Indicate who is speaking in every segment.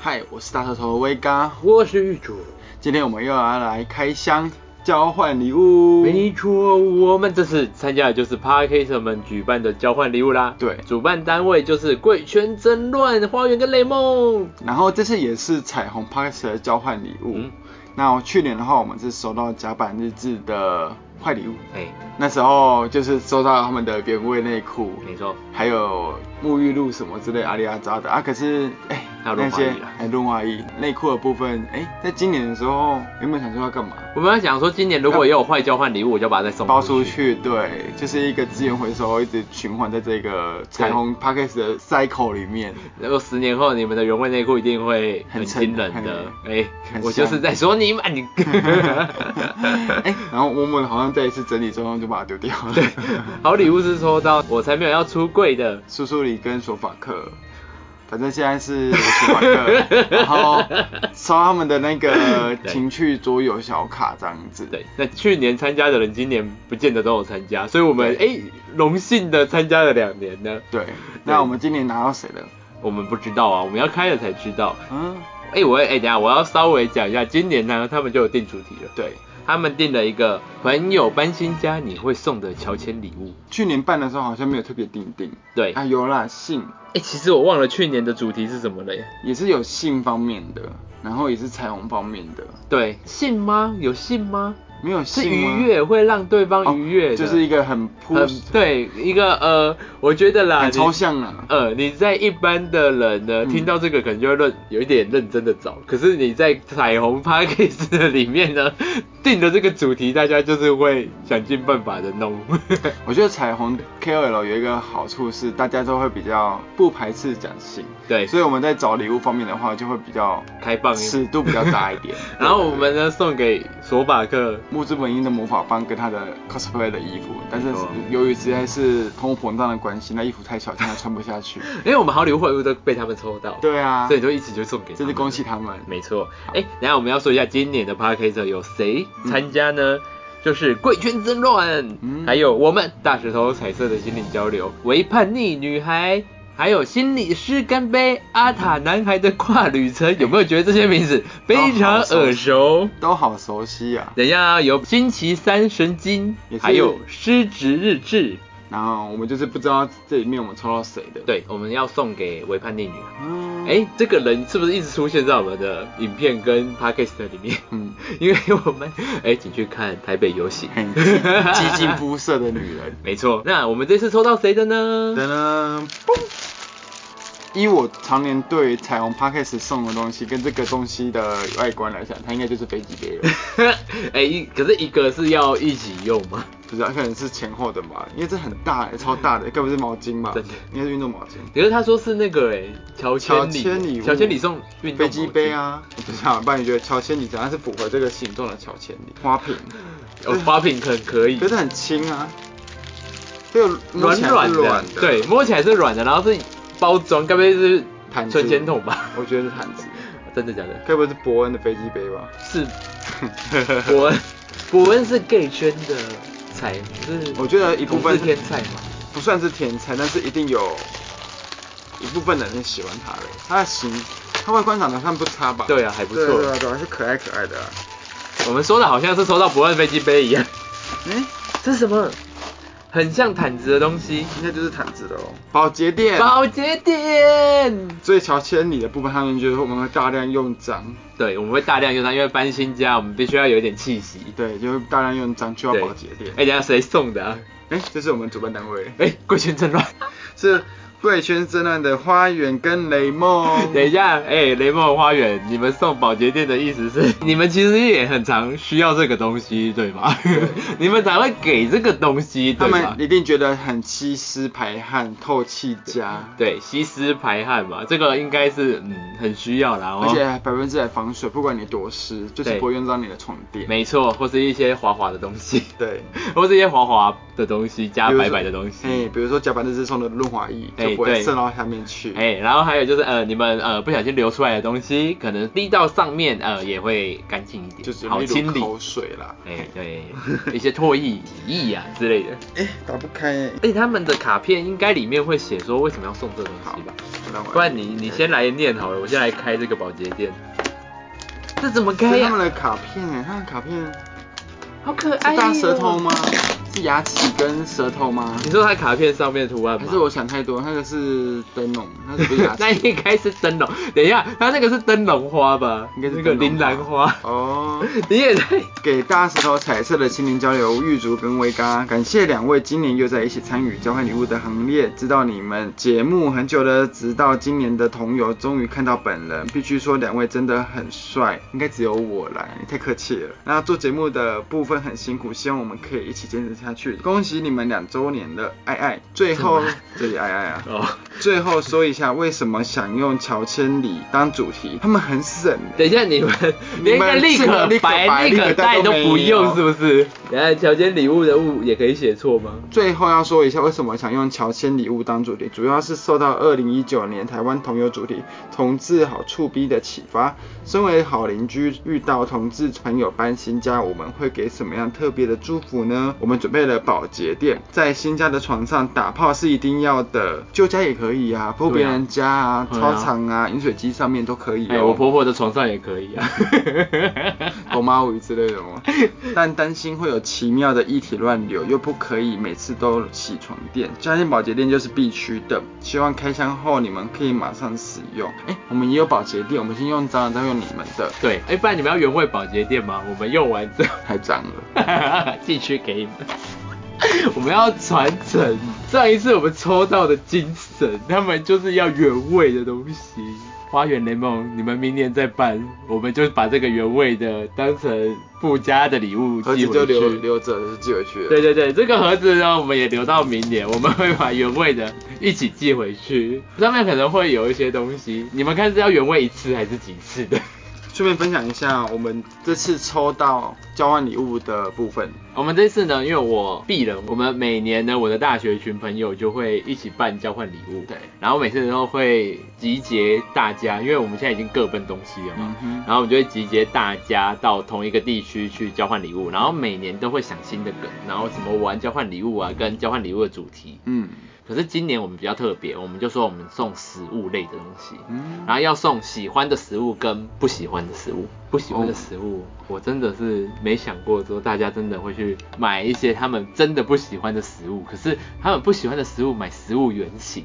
Speaker 1: 嗨，我是大舌头威哥，
Speaker 2: 我是玉主，
Speaker 1: 今天我们又要来开箱交换礼物。
Speaker 2: 没错，我们这次参加的就是 p a r k e r 们举办的交换礼物啦。
Speaker 1: 对
Speaker 2: 主办单位就是贵圈争乱花园跟雷梦。
Speaker 1: 然后这次也是彩虹 p a r k 的交换礼物。
Speaker 2: 嗯
Speaker 1: 那去年的话，我们是收到甲板日志的坏礼物，
Speaker 2: 哎、
Speaker 1: 那时候就是收到他们的原味内裤，
Speaker 2: 没错，
Speaker 1: 还有沐浴露什么之类阿里阿扎的啊。可是哎、
Speaker 2: 还有
Speaker 1: 那
Speaker 2: 润滑液啊
Speaker 1: 些
Speaker 2: 啦
Speaker 1: 还有润滑液内裤的部分，哎、在今年的时候原本想说要干嘛？
Speaker 2: 我们要想说今年如果也有坏交换礼物，我就把它再送
Speaker 1: 包
Speaker 2: 出
Speaker 1: 出。去，对，就是一个资源回收，一直循环在这个彩虹 p a c k a g e 的 cycle 里 面。
Speaker 2: 然后十年后你们的原味内裤一定会
Speaker 1: 很
Speaker 2: 很惊人
Speaker 1: 沉
Speaker 2: 的。哎、
Speaker 1: 很
Speaker 2: 我就是
Speaker 1: 香
Speaker 2: 在说你嘛，你。
Speaker 1: 哎、 然后我们好像在一次整理之后就把它丢掉了。对，
Speaker 2: 好礼物是抽到，我才没有要出柜的。
Speaker 1: 苏苏里跟索法克，反正现在是索法 克，然后收他们的那个
Speaker 2: 对
Speaker 1: 情趣桌游小卡这样子。
Speaker 2: 对，那去年参加的人，今年不见得都有参加，所以我们
Speaker 1: 对
Speaker 2: 哎荣幸的参加了两年呢。
Speaker 1: 对，那我们今年拿到谁了？
Speaker 2: 我们不知道啊，我们要开了才知道。
Speaker 1: 嗯，
Speaker 2: 哎、我哎、等一下我要稍微讲一下，今年呢他们就有定主题了，
Speaker 1: 对，
Speaker 2: 他们定了一个朋友搬新家你会送的乔迁礼物。
Speaker 1: 去年办的时候好像没有特别定定。
Speaker 2: 对，哎、
Speaker 1: 啊，有啦，信
Speaker 2: 其实我忘了去年的主题是什么了耶。
Speaker 1: 也是有性方面的，然后也是彩虹方面的，
Speaker 2: 对，信吗？有信吗？哦
Speaker 1: 没有
Speaker 2: 是
Speaker 1: 性吗哦
Speaker 2: 愉悦，会让对方愉悦的、
Speaker 1: 就是一个很铺
Speaker 2: 很对一个呃，我觉得啦，
Speaker 1: 很抽
Speaker 2: 你
Speaker 1: 象啊。
Speaker 2: 呃，你在一般的人呢，
Speaker 1: 嗯
Speaker 2: 听到这个可能就会认有一点认真的找，可是你在彩虹 p a c k a g e 里面呢， 定的这个主题，大家就是会想尽办法的弄。
Speaker 1: 我觉得彩虹 KOL 有一个好处是，大家都会比较不排斥讲性，
Speaker 2: 对，
Speaker 1: 所以我们在找礼物方面的话，就会比较
Speaker 2: 开放一
Speaker 1: 尺度比较大一
Speaker 2: 。
Speaker 1: 点
Speaker 2: 然后我们呢送给索法克，
Speaker 1: 木之本樱的魔法棒跟他的 cosplay 的衣服，但是
Speaker 2: 没错
Speaker 1: 由于实在是通货膨胀的关系，那衣服太小，现在穿不下去。
Speaker 2: 因为我们好礼物会不会都被他们抽到，
Speaker 1: 对啊
Speaker 2: 所，以就一起就送给他
Speaker 1: 真
Speaker 2: 们
Speaker 1: 是恭喜他们。
Speaker 2: 没错，哎、等一下我们要说一下今年的 p a r k e t 有谁参加呢？就是贵圈争乱，
Speaker 1: 嗯
Speaker 2: 还有我们大石头彩色的心灵交流，为叛逆女孩，还有心理师干杯，阿塔男孩的跨旅程，有没有觉得这些名字
Speaker 1: 哦
Speaker 2: 非常耳熟？
Speaker 1: 都好熟悉啊。
Speaker 2: 等一下啊有星期三神经
Speaker 1: 也，是
Speaker 2: 还有失职日志，
Speaker 1: 然后我们就是不知道这里面我们抽到谁的。，
Speaker 2: 对，我们要送给为叛逆女孩。
Speaker 1: 嗯，
Speaker 2: 哎、这个人是不是一直出现在我们的影片跟 podcast 里面？
Speaker 1: 嗯，
Speaker 2: 因为我们哎，请去看台北游 行。
Speaker 1: 很激激进肤色的女人。
Speaker 2: 没错，那我们这次抽到谁的呢？
Speaker 1: 噔噔，嘣！依我常年对彩虹 p a c k a g e 送的东西跟这个东西的外观来讲，它应该就是飞机 杯了。
Speaker 2: 哎、一可是一个是要一起用吗？
Speaker 1: 不知道，可能是前后的吧，因为这很大、超大的，该不是毛巾吧？
Speaker 2: 真的
Speaker 1: 应该是运动毛巾。
Speaker 2: 可是他说是那个哎、乔千
Speaker 1: 乔
Speaker 2: 里，
Speaker 1: 千里物
Speaker 2: 乔千里送运动
Speaker 1: 飞机杯啊，我不知道，不然你觉得乔千里怎样是符合这个形状的乔千里？花瓶，
Speaker 2: 毛巾，哦，花瓶很可以
Speaker 1: 可，是很轻啊，这个摸
Speaker 2: 软
Speaker 1: 起来
Speaker 2: 软
Speaker 1: 是
Speaker 2: 的
Speaker 1: 软，的，
Speaker 2: 对，，摸起来是软的，然后是包装，该不会是
Speaker 1: 毯子
Speaker 2: 存钱筒吧？
Speaker 1: 我觉得是毯子，
Speaker 2: 真的假的？
Speaker 1: 该不会是伯恩的飞机杯吧？
Speaker 2: 是伯恩，伯恩是 gay 圈的才，就是
Speaker 1: 我觉得一部分
Speaker 2: 同志天才嘛。
Speaker 1: 不算是天才，但是一定有一部分人很喜欢他的。他的型，他外观长得算不差吧？
Speaker 2: 对啊还不错
Speaker 1: 对啊对啊对啊，是可爱可爱的、啊。
Speaker 2: 我们说的好像是收到伯恩飞机杯一样，
Speaker 1: 嗯，
Speaker 2: 这是什么？很像毯子的东西。
Speaker 1: 应该就是毯子的哦。保洁店，
Speaker 2: 保洁店，
Speaker 1: 所以乔千里的部分，他们觉得我们会大量用脏，
Speaker 2: 对，我们会大量用它，因为搬新家，我们必须要有一点气息。
Speaker 1: 对，就会大量用脏去到
Speaker 2: 对
Speaker 1: 保洁店。
Speaker 2: 哎，等一下谁送的啊？
Speaker 1: 哎、这是我们主办单位，
Speaker 2: 哎，贵圈争乱。
Speaker 1: 是贵圈争乱的花园跟雷梦。
Speaker 2: 等一下，哎，雷梦花园，你们送保洁店的意思是， 你们其实也很常需要这个东西，对吧？ 你们才会给这个东西，
Speaker 1: 他
Speaker 2: 对吧
Speaker 1: 们？一定觉得很吸湿排汗、透气佳，
Speaker 2: 对，吸湿排汗嘛，这个应该是嗯很需要啦。哦
Speaker 1: 而且百分之百防水，不管你多湿，就是
Speaker 2: 对
Speaker 1: 不会用到你的床垫。
Speaker 2: 没错，或是一些滑滑的东西，
Speaker 1: 对，
Speaker 2: 或是一些滑滑的东西加
Speaker 1: 比如
Speaker 2: 白
Speaker 1: 说
Speaker 2: 白的东西。
Speaker 1: 哎，比如说甲板日志送的润滑液，就
Speaker 2: 哎
Speaker 1: 不不会
Speaker 2: 对
Speaker 1: 渗到下面去。
Speaker 2: 哎，然后还有就是呃，你们呃不小心流出来的东西，可能滴到上面呃也会干净一点，
Speaker 1: 就是
Speaker 2: 好
Speaker 1: 例如
Speaker 2: 清理。
Speaker 1: 口水啦。
Speaker 2: 哎，对，一些唾液、乙液啊之类的。
Speaker 1: 哎，打不开。
Speaker 2: 而且他们的卡片应该里面会写说为什么要送这东西吧？
Speaker 1: 让我
Speaker 2: 不然你你先来念好了，我先来开这个保洁店。这怎么开
Speaker 1: 是
Speaker 2: 呀、
Speaker 1: 他们的卡片哎，他们的卡片
Speaker 2: 好可爱、
Speaker 1: 是
Speaker 2: 哦！
Speaker 1: 大舌头吗？是牙齿跟舌头吗？
Speaker 2: 你说它卡片上面的图案吗？
Speaker 1: 还是我想太多？那个是灯笼，那是不是牙齿？
Speaker 2: 那应该是灯笼。等一下，它那个是灯笼花吧？
Speaker 1: 应该是
Speaker 2: 那个
Speaker 1: 灯笼
Speaker 2: 铃兰花。
Speaker 1: 哦。
Speaker 2: 你也在
Speaker 1: 给大石头彩色的心灵交流，玉竹跟威嘎，感谢两位今年又在一起参与交换礼物的行列。知道你们节目很久了，直到今年的同游终于看到本人，必须说两位真的很帅，应该只有我啦，你太客气了。那做节目的部分很辛苦，希望我们可以一起坚持下去。恭喜你们两周年了，爱爱。最后
Speaker 2: 什么
Speaker 1: 这里爱爱啊。
Speaker 2: 哦。
Speaker 1: 最后说一下为什么想用乔千里当主题，他们很省欸、
Speaker 2: 等一下，你们
Speaker 1: 你
Speaker 2: 连
Speaker 1: 们
Speaker 2: 个立
Speaker 1: 这个
Speaker 2: 可
Speaker 1: 立可
Speaker 2: 白、
Speaker 1: 白
Speaker 2: 立
Speaker 1: 立
Speaker 2: 可
Speaker 1: 可
Speaker 2: 带
Speaker 1: 带
Speaker 2: 都
Speaker 1: 都
Speaker 2: 不
Speaker 1: 没
Speaker 2: 用，
Speaker 1: 有
Speaker 2: 是不是？等一下乔迁礼物的物也可以写错吗？
Speaker 1: 最后要说一下，为什么想用乔迁礼物当主题，主要是受到2019年台湾同游主题“同志好处逼”的启发。身为好邻居，遇到同志朋友搬新家，我们会给什么样特别的祝福呢？我们准备了保洁垫，在新家的床上打炮是一定要的，旧家也可以啊，不过别人家啊、
Speaker 2: 对啊
Speaker 1: 操场啊、饮水机上面都可以、哦。
Speaker 2: 哎、我婆婆的床上也 可以啊。
Speaker 1: 狗妈鱼之类的 吗？但担心会有奇妙的液体乱流，又不可以每次都洗床垫，家庭保洁垫就是必须的。希望开箱后你们可以马上使用。哎、我们也有保洁垫，我们先用脏了再用你们的，
Speaker 2: 对，哎、不然你们要原味保洁店吗？我们用完之后。
Speaker 1: 太脏了。
Speaker 2: 继续给你们。 我们要传承上一次我们抽到的精神，他们就是要原味的东西。花园联盟，你们明年再办，我们就把这个原味的当成附加的礼物
Speaker 1: 盒
Speaker 2: 寄
Speaker 1: 子就
Speaker 2: 回
Speaker 1: 留
Speaker 2: 去。
Speaker 1: 留着，就是寄回去了。
Speaker 2: 对对啊对，这个盒子呢，我们也留到明年，我们会把原味的一起寄回去。上面可能会有一些东西，你们看是要原味一次还是几次的？
Speaker 1: 顺便分享一下我们这次抽到交换礼物的部分。
Speaker 2: 我们这次呢，因为我鄙人，我们每年呢，我的大学群朋友就会一起办交换礼物，
Speaker 1: 对
Speaker 2: 然后每次都会集结大家，因为我们现在已经各奔东西了嘛，
Speaker 1: 嗯哼
Speaker 2: 然后我们就会集结大家到同一个地区去交换礼物，然后每年都会想新的梗，然后什么玩交换礼物啊，跟交换礼物的主题。
Speaker 1: 嗯
Speaker 2: 可是今年我们比较特别，我们就说我们送食物类的东西，
Speaker 1: 嗯，
Speaker 2: 然后要送喜欢的食物跟不喜欢的食物。不喜欢的食物，我真的是没想过说大家真的会去买一些他们真的不喜欢的食物。可是他们不喜欢的食物买食物原型，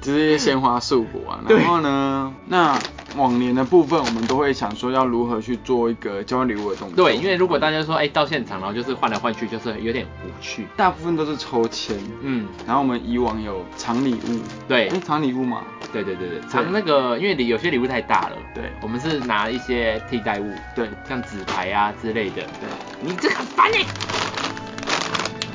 Speaker 1: 就是一些鲜花素果啊。然后呢，那往年的部分我们都会想说要如何去做一个交换礼物的动作。
Speaker 2: 对，因为如果大家说哎、到现场，然后就是换来换去，就是有点无趣。
Speaker 1: 大部分都是抽签，
Speaker 2: 嗯，
Speaker 1: 然后我们以往有藏礼物，
Speaker 2: 对
Speaker 1: 诶，藏礼物嘛，
Speaker 2: 对对对对，藏那个，因为礼有些礼物太大了，
Speaker 1: 对
Speaker 2: 我们是拿一些替代物，
Speaker 1: 对
Speaker 2: 像纸牌啊之类的，
Speaker 1: 对，
Speaker 2: 你这个很烦哎、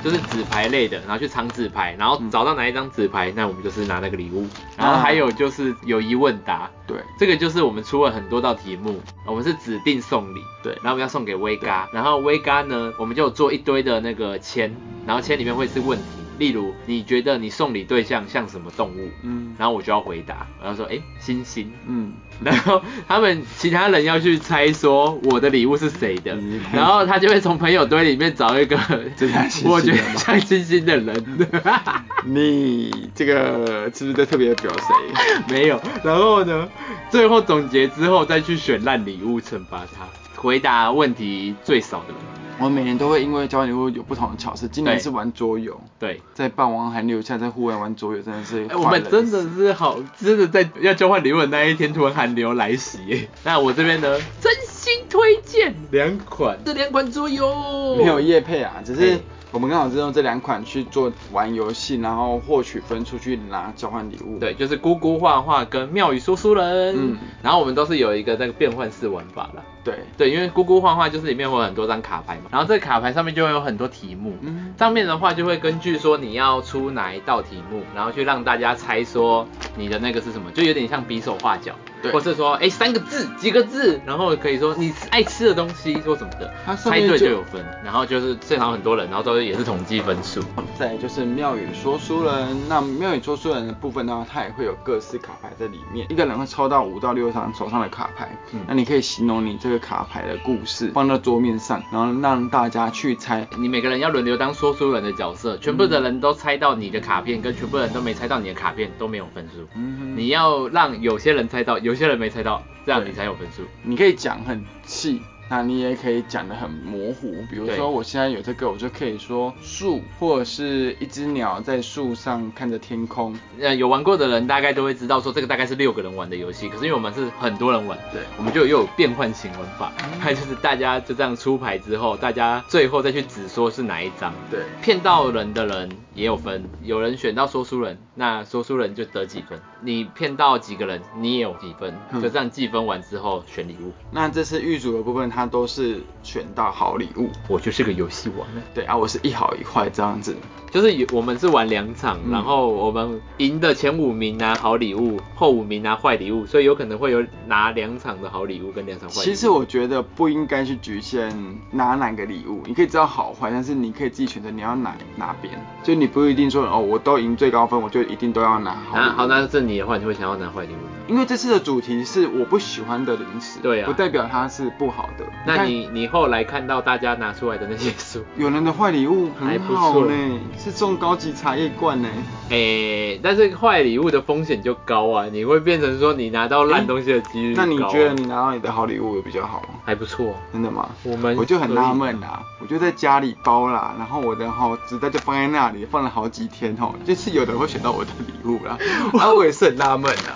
Speaker 2: 就是纸牌类的，然后去藏纸
Speaker 1: 嗯
Speaker 2: 牌，然后找到哪一张纸牌，那我们就是拿那个礼物。然后还有就是有疑问答，
Speaker 1: 啊对，
Speaker 2: 这个就是我们出了很多道题目，我们是指定送礼，
Speaker 1: 对
Speaker 2: 然后我们要送给威嘎，然后威嘎呢，我们就有做一堆的那个签，然后签里面会是问题，例如你觉得你送礼对象像什么动物，
Speaker 1: 嗯
Speaker 2: 然后我就要回答，我要说哎星星，
Speaker 1: 嗯，
Speaker 2: 然后他们其他人要去猜说我的礼物是谁的
Speaker 1: 嗯，
Speaker 2: 然后他就会从朋友堆里面找一个
Speaker 1: 这像星星的吗
Speaker 2: 我觉得像星星的人，
Speaker 1: 你这个是不是在特别表谁？
Speaker 2: 没有。然后呢，最后总结之后再去选烂礼物惩罚他，回答问题最少的人。
Speaker 1: 我们每年都会因为交换礼物有不同的巧思，今年
Speaker 2: 对
Speaker 1: 是玩桌游，
Speaker 2: 对，
Speaker 1: 在霸王寒流下在户外玩桌游真的是
Speaker 2: 哎、
Speaker 1: 快乐死，
Speaker 2: 我们真的是好，真的在要交换礼物的那一天，突然寒流来袭。哎那我这边呢，真心推荐两款，这两款桌游
Speaker 1: 没有业配啊，只是
Speaker 2: 嘿
Speaker 1: 我们刚好是用这两款去做玩游戏，然后获取分数去拿交换礼物，
Speaker 2: 对，就是姑姑画画跟妙语说书人，
Speaker 1: 嗯
Speaker 2: 然后我们都是有一个那个变换式玩法啦。
Speaker 1: 对，
Speaker 2: 对，因为咕咕画画就是里面会有很多张卡牌嘛，然后这个卡牌上面就会有很多题目，
Speaker 1: 嗯
Speaker 2: 上面的话就会根据说你要出哪一道题目，然后去让大家猜说你的那个是什么，就有点像比手画脚。
Speaker 1: 对
Speaker 2: 或是说哎、三个字几个字，然后可以说你爱吃的东西或什么的，
Speaker 1: 它上
Speaker 2: 猜
Speaker 1: 面
Speaker 2: 对
Speaker 1: 就
Speaker 2: 就有分，然后就是正常很多人，然后都是也是统计分数。
Speaker 1: 再来就是妙语说书人，那妙语说书人的部分的话，它也会有各式卡牌在里面。一个人会抽到五到六张手上的卡牌，
Speaker 2: 嗯
Speaker 1: 那你可以形容你这个卡牌的故事，放到桌面上，然后让大家去猜。
Speaker 2: 你每个人要轮流当说书人的角色，全部的人都猜到你的卡片，跟全部人都没猜到你的卡片都没有分数。
Speaker 1: 嗯哼
Speaker 2: 你要让有些人猜到，有些人没猜到，这样
Speaker 1: 对
Speaker 2: 你才有分数。
Speaker 1: 你可以讲很细，那你也可以讲得很模糊。比如
Speaker 2: 对
Speaker 1: 说我现在有这个，我就可以说树，或者是一只鸟在树上看着天空。
Speaker 2: 呃，有玩过的人大概都会知道说这个大概是六个人玩的游戏，可是因为我们是很多人玩，
Speaker 1: 对
Speaker 2: 我们就又有变换型玩法，
Speaker 1: 嗯
Speaker 2: 还就是大家就这样出牌之后，大家最后再去指说是哪一张。
Speaker 1: 对
Speaker 2: 骗到人的人也有分，有人选到说书人，那说书人就得几分；你骗到几个人，你也有几分。
Speaker 1: 嗯
Speaker 2: 就这样计分完之后选礼物。
Speaker 1: 那这次玉组的部分，它都是选到好礼物。
Speaker 2: 我就是个游戏王，
Speaker 1: 对啊，我是一好一坏这样子。
Speaker 2: 就是有我们是玩两场，
Speaker 1: 嗯
Speaker 2: 然后我们赢的前五名拿好礼物，后五名拿坏礼物，所以有可能会有拿两场的好礼物跟两场坏礼物。
Speaker 1: 其实我觉得不应该去局限拿哪个礼物，你可以知道好坏，但是你可以自己选择你要哪哪边，就你不一定说哦，我都赢最高分，我就一定都要拿好礼物
Speaker 2: 拿啊好，那是你的话，你会想要拿坏礼物。
Speaker 1: 因为这次的主题是我不喜欢的零食，
Speaker 2: 对啊
Speaker 1: 不代表它是不好的。
Speaker 2: 那
Speaker 1: 看
Speaker 2: 你你后来看到大家拿出来的那些书，
Speaker 1: 有人的坏礼物很
Speaker 2: 还不
Speaker 1: 好
Speaker 2: 错
Speaker 1: 呢，是送高级茶叶罐呢。
Speaker 2: 诶、但是坏礼物的风险就高啊，你会变成说你拿到烂东西的几率、高
Speaker 1: 那
Speaker 2: 啊
Speaker 1: 你觉得你拿到你的好礼物有比较好吗？
Speaker 2: 还不错？
Speaker 1: 真的吗？
Speaker 2: 我们
Speaker 1: 我就很纳
Speaker 2: 可以
Speaker 1: 闷啦，我就在家里包啦，然后我的哈纸袋就放在那里，放了好几天哦，就是有人会选到我的礼物啦，然后我也是很纳闷啦，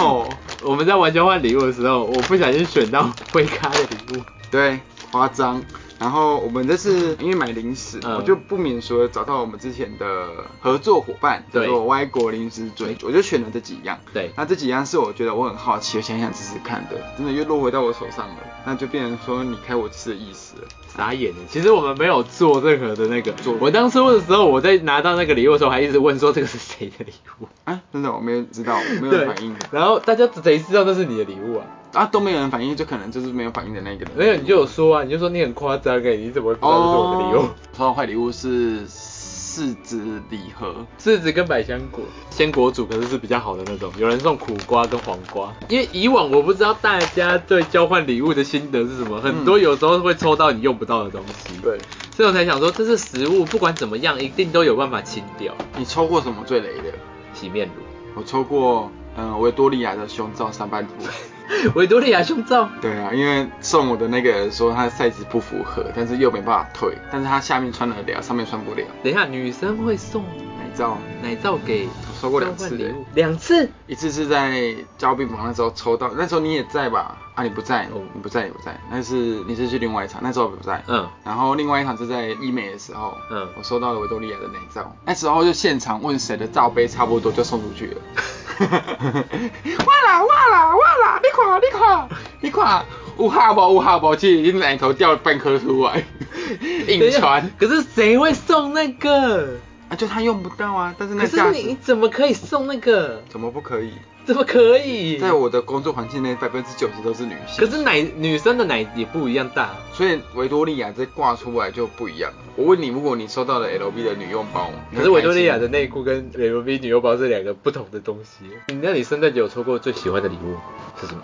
Speaker 1: 哦，
Speaker 2: 我们在玩交换礼物的时候，我不小心选到灰咖的礼物。
Speaker 1: 对，夸张。然后我们这次因为买零食，
Speaker 2: 嗯
Speaker 1: 我就不免说找到我们之前的合作伙伴，叫
Speaker 2: 对
Speaker 1: 做歪国零食嘴，我就选了这几样。
Speaker 2: 对
Speaker 1: 那这几样是我觉得我很好奇，我想想试试看的，真的又落回到我手上了，那就变成说你开我吃的意思了。
Speaker 2: 傻眼了，其实我们没有做任何的那个
Speaker 1: 做。
Speaker 2: 我当初的时候，我在拿到那个礼物的时候，还一直问说这个是谁的礼物，
Speaker 1: 啊，真的我没有知 道， 我没有
Speaker 2: 对
Speaker 1: 人反应。
Speaker 2: 然后大家谁知道那是你的礼物啊？
Speaker 1: 啊，都没有人反应，就可能就是没有反应的那个人。
Speaker 2: 没有，你就有说啊，你就说你很夸张哎，你怎么会不知道这是我的礼物
Speaker 1: 哦？，抽到坏礼物是四只礼盒，
Speaker 2: 柿子跟百香果，鲜果组可是是比较好的那种，有人送苦瓜跟黄瓜，因为以往我不知道大家对交换礼物的心得是什么，很多有时候会抽到你用不到的东西，
Speaker 1: 嗯对，
Speaker 2: 所以我才想说这是食物，不管怎么样一定都有办法清掉。
Speaker 1: 你抽过什么最雷的？
Speaker 2: 洗面乳，
Speaker 1: 我抽过，嗯、维多利亚的胸罩上半部。
Speaker 2: 维多利亚胸罩，
Speaker 1: 对啊，因为送我的那个人说他的 size 不符合，但是又没办法退，但是他下面穿得了，上面穿不了。
Speaker 2: 等一下女生会送
Speaker 1: 奶罩，
Speaker 2: 奶罩给
Speaker 1: 我收过两次
Speaker 2: 交换礼物，两次，
Speaker 1: 一次是在交病房那时候抽到，那时候你也在吧？啊，你不在，
Speaker 2: 哦
Speaker 1: 你不在，你不在。那是你是去另外一场，那时候我不在。
Speaker 2: 嗯，
Speaker 1: 然后另外一场是在医美的时候，
Speaker 2: 嗯
Speaker 1: 我收到了维多利亚的奶罩，那时候就现场问谁的罩杯差不多就送出去 了。哇啦哇啦哇啦，你看你看你看，有下无有下无，其实你奶头掉了半颗出 来，
Speaker 2: 等
Speaker 1: 硬
Speaker 2: 一下
Speaker 1: 传，
Speaker 2: 可是谁会送那个？
Speaker 1: 啊就他用不到啊，但是那
Speaker 2: 可
Speaker 1: 价
Speaker 2: 是你
Speaker 1: 值
Speaker 2: 怎么可以送那个？
Speaker 1: 怎么不可以？
Speaker 2: 怎么可以？
Speaker 1: 在我的工作环境内，百分之九十都是女性。
Speaker 2: 可是奶女生的奶也不一样大，
Speaker 1: 所以维多利亚这挂出来就不一样。我问你，如果你收到了 LV 的女用包，
Speaker 2: 可是维多利亚的内裤跟 LV 女优包是两个不同的东西。你那你圣诞节有抽过最喜欢的礼物是什么？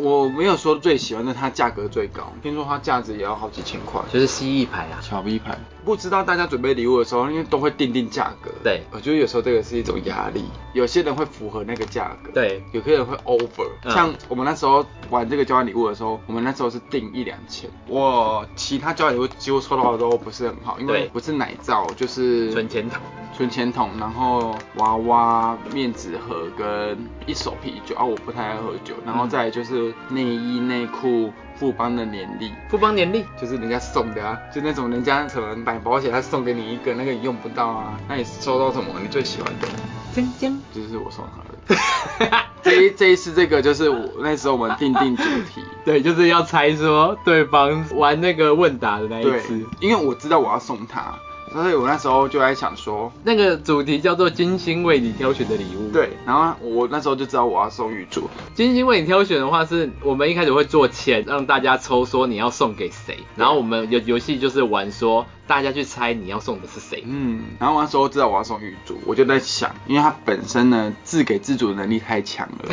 Speaker 1: 我没有说最喜欢，但它价格最高，听说它价值也要好几千块。
Speaker 2: 就是蜥蜴牌啊。
Speaker 1: 巧逼盘，不知道大家准备礼物的时候，因为都会定定价格。
Speaker 2: 对
Speaker 1: 我觉得有时候这个是一种压力，有些人会符合那个价格，
Speaker 2: 对
Speaker 1: 有些人会 over、
Speaker 2: 嗯
Speaker 1: 像我们那时候玩这个交换礼物的时候，我们那时候是定一两千，我其他交换礼物几乎抽到的都不是很好，因为
Speaker 2: 对
Speaker 1: 不是奶罩就是
Speaker 2: 存钱筒，
Speaker 1: 存钱筒，然后娃娃、面纸盒跟一手啤酒啊，我不太爱喝酒，然后再来就是内衣、内裤、富邦的年历。
Speaker 2: 富邦年历，
Speaker 1: 就是人家送的啊，就那种人家可能买保险，他送给你一个，那个你用不到啊。那你收到什么你最喜欢的？
Speaker 2: 江 江。
Speaker 1: 就是我送他 的。这一这一次这个就是我那时候我们定定主题，
Speaker 2: 对，就是要猜说对方玩那个问答的那一
Speaker 1: 对
Speaker 2: 次。，
Speaker 1: 因为我知道我要送他，所以我那时候就在想说，
Speaker 2: 那个主题叫做“精心为你挑选的礼物”。，
Speaker 1: 对，然后我那时候就知道我要送玉竹，
Speaker 2: 精心为你挑选的话，是我们一开始会做签，让大家抽说你要送给谁，然后我们游游戏就是玩说大家去猜你要送的是谁。
Speaker 1: 嗯，然后我那时候知道我要送玉竹，我就在想，因为它本身呢自给自足的能力太强了，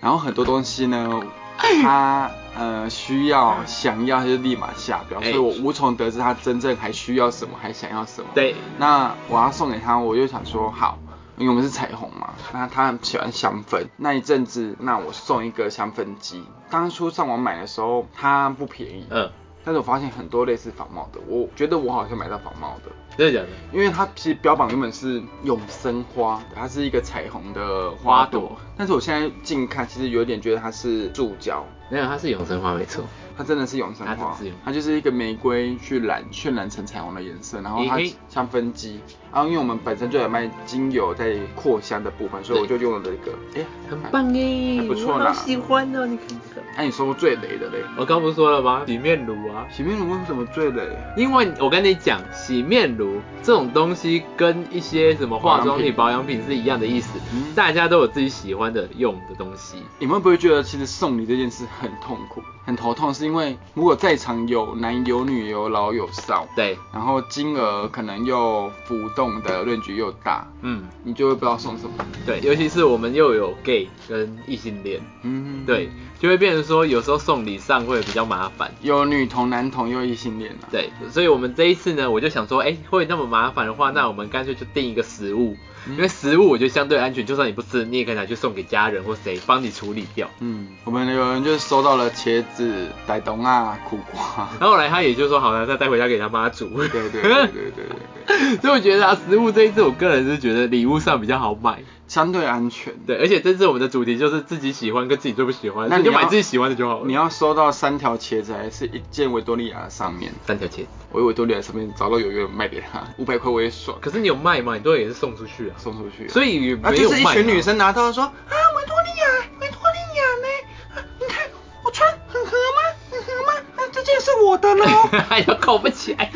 Speaker 1: 然后很多东西呢，它呃需要想要它就立马下标，所以我无从得知它真正还需要什么，还想要什么。
Speaker 2: 对，
Speaker 1: 那我要送给他，我就想说好，因为我们是彩虹嘛，那他很喜欢香氛。那一阵子，那我送一个香氛机。当初上网买的时候，它不便宜，
Speaker 2: 嗯，
Speaker 1: 但是我发现很多类似仿冒的，我觉得我好像买到仿冒的，
Speaker 2: 真的假的？
Speaker 1: 因为它其实标榜原本是永生花，它是一个彩虹的
Speaker 2: 花
Speaker 1: 花
Speaker 2: 朵
Speaker 1: 朵，但是我现在近看，其实有点觉得它是塑胶。
Speaker 2: 没有，它是永生花，没错。
Speaker 1: 它真的是永生花
Speaker 2: 它是永，
Speaker 1: 它就是一个玫瑰去染渲染成彩虹的颜色，然后它
Speaker 2: 嘿嘿
Speaker 1: 香氛机，然后因为我们本身就有卖精油在扩香的部分，所以我就用了这个，哎、
Speaker 2: 很棒耶，
Speaker 1: 还不错
Speaker 2: 我
Speaker 1: 啦
Speaker 2: 好喜欢哦，你看这个。
Speaker 1: 哎那、你说过最雷的嘞？
Speaker 2: 我刚不是说了吗？洗面乳啊，
Speaker 1: 洗面乳为什么最雷？
Speaker 2: 因为我跟你讲，洗面乳这种东西跟一些什么化妆品、保
Speaker 1: 保
Speaker 2: 养品是一样的意思，
Speaker 1: 嗯
Speaker 2: 大家都有自己喜欢的用的东西。
Speaker 1: 你们会不会觉得其实送礼这件事很痛苦、很头痛？是因为如果在场有男有女有老有少，
Speaker 2: 对，
Speaker 1: 然后金额可能又浮动的论据又大，
Speaker 2: 嗯，
Speaker 1: 你就会不知道送什么。
Speaker 2: 对，尤其是我们又有 gay 跟异性恋，
Speaker 1: 嗯，
Speaker 2: 对，，就会变成说有时候送礼上会比较麻烦。
Speaker 1: 有女同男同又异性恋啊。
Speaker 2: 对，所以我们这一次呢，我就想说，哎、会那么麻烦的话，那我们干脆就定一个食物，因
Speaker 1: 嗯
Speaker 2: 为食物我觉得相对安全，就算你不吃，你也可以拿去送给家人或谁帮你处理掉。
Speaker 1: 嗯，我们有人就收到了茄子、傣冬啊、苦 瓜。
Speaker 2: 然后后来他也就说好了，再带回家给他妈煮。
Speaker 1: 对 对对对对对对，
Speaker 2: 所以我觉得啊，食物这一次我个人是觉得礼物上比较好买，
Speaker 1: 相对安全。
Speaker 2: 对，而且这次我们的主题就是自己喜欢跟自己最不喜欢，
Speaker 1: 那
Speaker 2: 所以
Speaker 1: 你
Speaker 2: 就买
Speaker 1: 要
Speaker 2: 自己喜欢的就好了。
Speaker 1: 你要收到三条茄子，还是一件维多利亚的上面？
Speaker 2: 三条钱，
Speaker 1: 我维多利亚上面找到有人卖给他，五百块我也爽，
Speaker 2: 可是你有卖吗？你都也是送出去啊，
Speaker 1: 送出去。
Speaker 2: 所以也
Speaker 1: 啊，
Speaker 2: 没有
Speaker 1: 就是一
Speaker 2: 卖、
Speaker 1: 群女， 生拿到说啊，维多利亚，维多利亚呢？啊，你看我穿很合吗？很合吗？啊，这件是我的喽，很
Speaker 2: 还要扣哎不起来，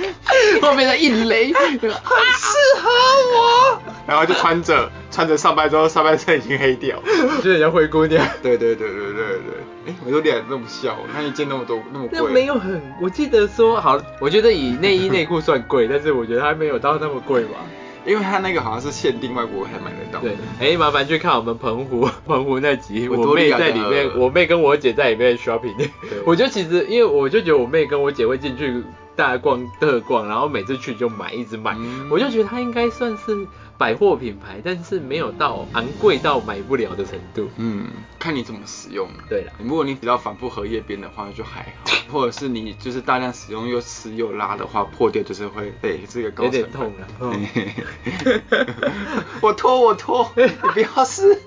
Speaker 2: 后面的一雷，
Speaker 1: 适合我。 然后就穿着穿着上班之后，上半身已经黑掉。
Speaker 2: 就人家灰姑娘。
Speaker 1: 对对对对对对，哎，我都脸那么小，那一件那么多那么
Speaker 2: 那
Speaker 1: 贵，
Speaker 2: 没有很，我记得说好，我觉得以内衣内裤算贵，但是我觉得它没有到那么贵吧。
Speaker 1: 因为他那个好像是限定外国才买得到。
Speaker 2: 对，哎、麻烦去看我们澎湖 澎湖那集，
Speaker 1: 维
Speaker 2: 我
Speaker 1: 多利
Speaker 2: 妹
Speaker 1: 亚的
Speaker 2: 在里面，我妹跟我姐在里面 shopping。我 就其实因为我就觉得我妹跟我姐会进去大逛特逛，然后每次去就买，一直买，
Speaker 1: 嗯
Speaker 2: 我就觉得它应该算是百货品牌，但是没有到昂贵到买不了的程度。
Speaker 1: 嗯，看你怎么使用了。
Speaker 2: 对啦，
Speaker 1: 如果你比较反复荷叶边的话，就还 好；或者是你就是大量使用又吃又拉的话，破掉就是会，哎、这个高
Speaker 2: 有
Speaker 1: 成
Speaker 2: 点
Speaker 1: 本
Speaker 2: 痛。啊。嗯
Speaker 1: 嘿嘿嘿 我脱我脱，你不要撕，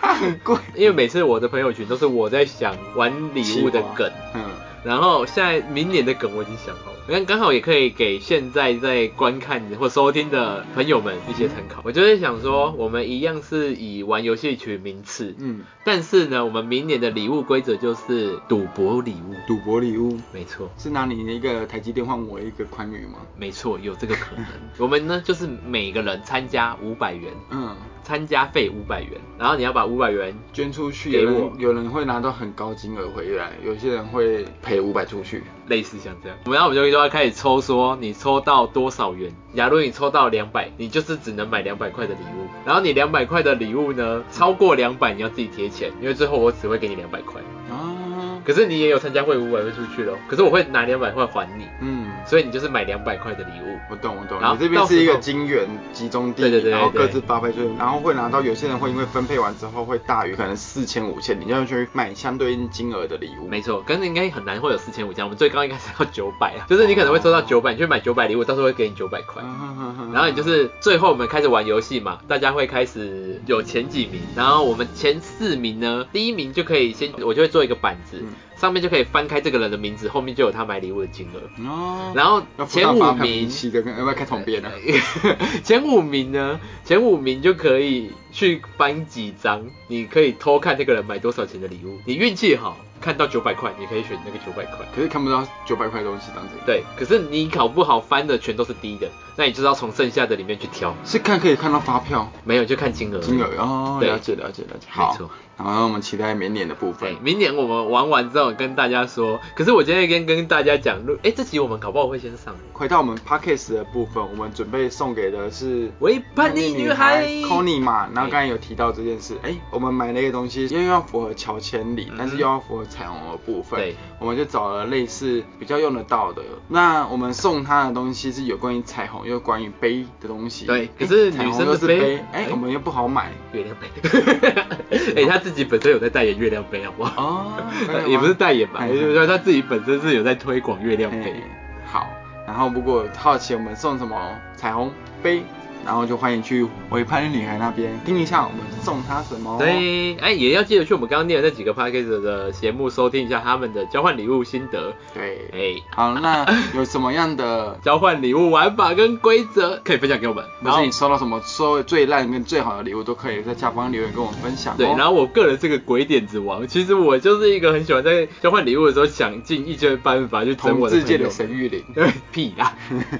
Speaker 1: 它很贵。
Speaker 2: 因为每次我的朋友圈都是我在想玩 礼物的梗，
Speaker 1: 嗯，
Speaker 2: 然后现在明年的梗我已经想好了，那刚好也可以给现在在观看或收听的朋友们一些参考。我就是想说，我们一样是以玩游戏取名次，
Speaker 1: 嗯，
Speaker 2: 但是呢，我们明年的礼物规则就是赌博礼物，
Speaker 1: 赌博礼物
Speaker 2: 没错。
Speaker 1: 是拿你一个台积电换我一个宽裕吗？
Speaker 2: 没错，有这个可能。我们呢，就是每个人参加五百元，
Speaker 1: 嗯，
Speaker 2: 参加费五百元，然后你要把五百元
Speaker 1: 捐出去
Speaker 2: 给
Speaker 1: 有
Speaker 2: 我
Speaker 1: 人有人会拿到很高金额回来，有些人会赔五百出去。
Speaker 2: 类似像这样，然后我们就就要开始抽说你抽到多少元。假如你抽到两百，你就是只能买两百块的礼物。然后你两百块的礼物呢，超过两百你要自己贴钱，因为最后我只会给你两百块。
Speaker 1: 啊，
Speaker 2: 可是你也有参加会五百会出去咯，可是我会拿两百块还你，
Speaker 1: 嗯，
Speaker 2: 所以你就是买两百块的礼物。
Speaker 1: 我懂我懂
Speaker 2: 然，后
Speaker 1: 你这边是一
Speaker 2: 到时候
Speaker 1: 个金元集中地，
Speaker 2: 对对对
Speaker 1: 然后
Speaker 2: 对
Speaker 1: 各自发配出去，然后会拿到有些人会因为分配完之后会大于可能四千五千，你就要去买相对应金额的礼物。
Speaker 2: 没错，可是应该很难会有四千五这样，我们最高应该是要九百啊，就是你可能会抽到九百，你去买九百礼物，到时候会给你九百块。
Speaker 1: 嗯
Speaker 2: 然
Speaker 1: 然
Speaker 2: 后你就是最后我们开始玩游戏嘛，大家会开始有前几名，然后我们前四名呢，第一名就可以先，我就会做一个板子，
Speaker 1: 嗯
Speaker 2: 上面就可以翻开这个人的名字，后面就有他买礼物的金额。
Speaker 1: 哦
Speaker 2: 然后
Speaker 1: 要付
Speaker 2: 前
Speaker 1: 到
Speaker 2: 五
Speaker 1: 发票
Speaker 2: 名
Speaker 1: 明细的，跟要不要开统编呢？啊
Speaker 2: 前五名呢？前五名就可以去翻几张，你可以偷看这个人买多少钱的礼物。你运气好，看到九百块，你可以选那个九百块。
Speaker 1: 可是看不到九百块的东西当成，
Speaker 2: 对，可是你考不好，翻的全都是低的，那你就是要从剩下的里面去挑。
Speaker 1: 是看可以看到发票
Speaker 2: 没有就看金额。
Speaker 1: 金额哦，
Speaker 2: 对
Speaker 1: 了解了解了解，
Speaker 2: 没错
Speaker 1: 好，然后我们期待明年的部
Speaker 2: 对
Speaker 1: 分，，
Speaker 2: 明年我们玩完之后跟大家说。可是我今天跟跟大家讲，如哎，这集我们搞不好会先上。
Speaker 1: 回到我们 podcast 的部分，我们准备送给的是
Speaker 2: 喂，叛逆女孩哎
Speaker 1: c o n y 嘛，然后刚才有提到这件事，哎、我们买了一个东西，因为要符合乔千里，
Speaker 2: 嗯
Speaker 1: 但是又要符合彩虹的部分，
Speaker 2: 对，
Speaker 1: 我们就找了类似比较用得到的。那我们送她的东西是有关于彩虹，又关于杯的东西，
Speaker 2: 对
Speaker 1: 哎
Speaker 2: 可是
Speaker 1: 彩
Speaker 2: 女
Speaker 1: 虹
Speaker 2: 生的
Speaker 1: 又是
Speaker 2: 杯
Speaker 1: 杯，哎、
Speaker 2: 哎
Speaker 1: 我们又不好买
Speaker 2: 月亮 杯。哎、他自己本身有在代言月亮杯，好不好？
Speaker 1: 哦
Speaker 2: 也不是代言吧，
Speaker 1: 哎
Speaker 2: 就是说他自己本身是有在推广月亮杯
Speaker 1: 哎。好，然后如果好奇我们送什么彩虹杯。然后就欢迎去维潘女孩那边听一下我们送她什么。哦
Speaker 2: 对，哎，也要记得去我们刚刚念的那几个 p a c k a g e 的节目收听一下他们的交换礼物心得。
Speaker 1: 对，
Speaker 2: 哎，
Speaker 1: 好，那有什么样 的
Speaker 2: 交换礼物玩法跟规则可以分享给我们。
Speaker 1: 不是你收到什么收最烂跟最好的礼物，都可以在下方留言跟我们分享、哦。
Speaker 2: 对，然后我个人是个鬼点子王，其实我就是一个很喜欢在交换礼物的时候想尽一切办法去整
Speaker 1: 同
Speaker 2: 我的
Speaker 1: 志
Speaker 2: 朋
Speaker 1: 界
Speaker 2: 友
Speaker 1: 的。神玉林，
Speaker 2: 屁啦！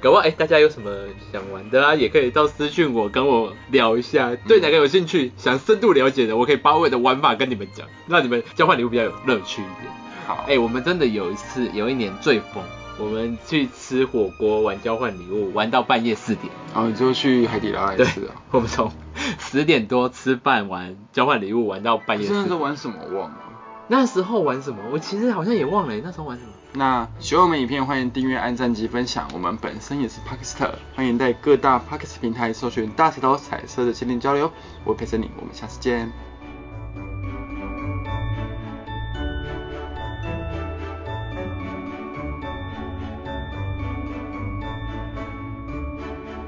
Speaker 2: 搞不好哎、大家有什么想玩的啊，也可以到私讯我跟我聊一
Speaker 1: 嗯
Speaker 2: 下，对哪个有兴趣，想深度了解的，我可以把我的玩法跟你们讲，让你们交换礼物比较有乐趣一点。
Speaker 1: 好，
Speaker 2: 哎、我们真的有一次，有一年最疯，我们去吃火锅玩交换礼物，玩到半夜四点。
Speaker 1: 然后哦你就去海底捞一
Speaker 2: 对
Speaker 1: 次哦。，
Speaker 2: 我们从十点多吃饭玩交换礼物玩到半
Speaker 1: 你
Speaker 2: 夜
Speaker 1: 现在
Speaker 2: 四
Speaker 1: 在
Speaker 2: 点。
Speaker 1: 玩什么我忘了？
Speaker 2: 那时候玩什么？我其实好像也忘了耶，那时候玩什么？
Speaker 1: 那喜欢我们影片，欢迎订阅、按赞及分享。我们本身也是 p a k i s t a 欢迎在各大 p a k i s t 平台搜寻“大舌头彩色的心灵交流”。我陪着你，我们下次见，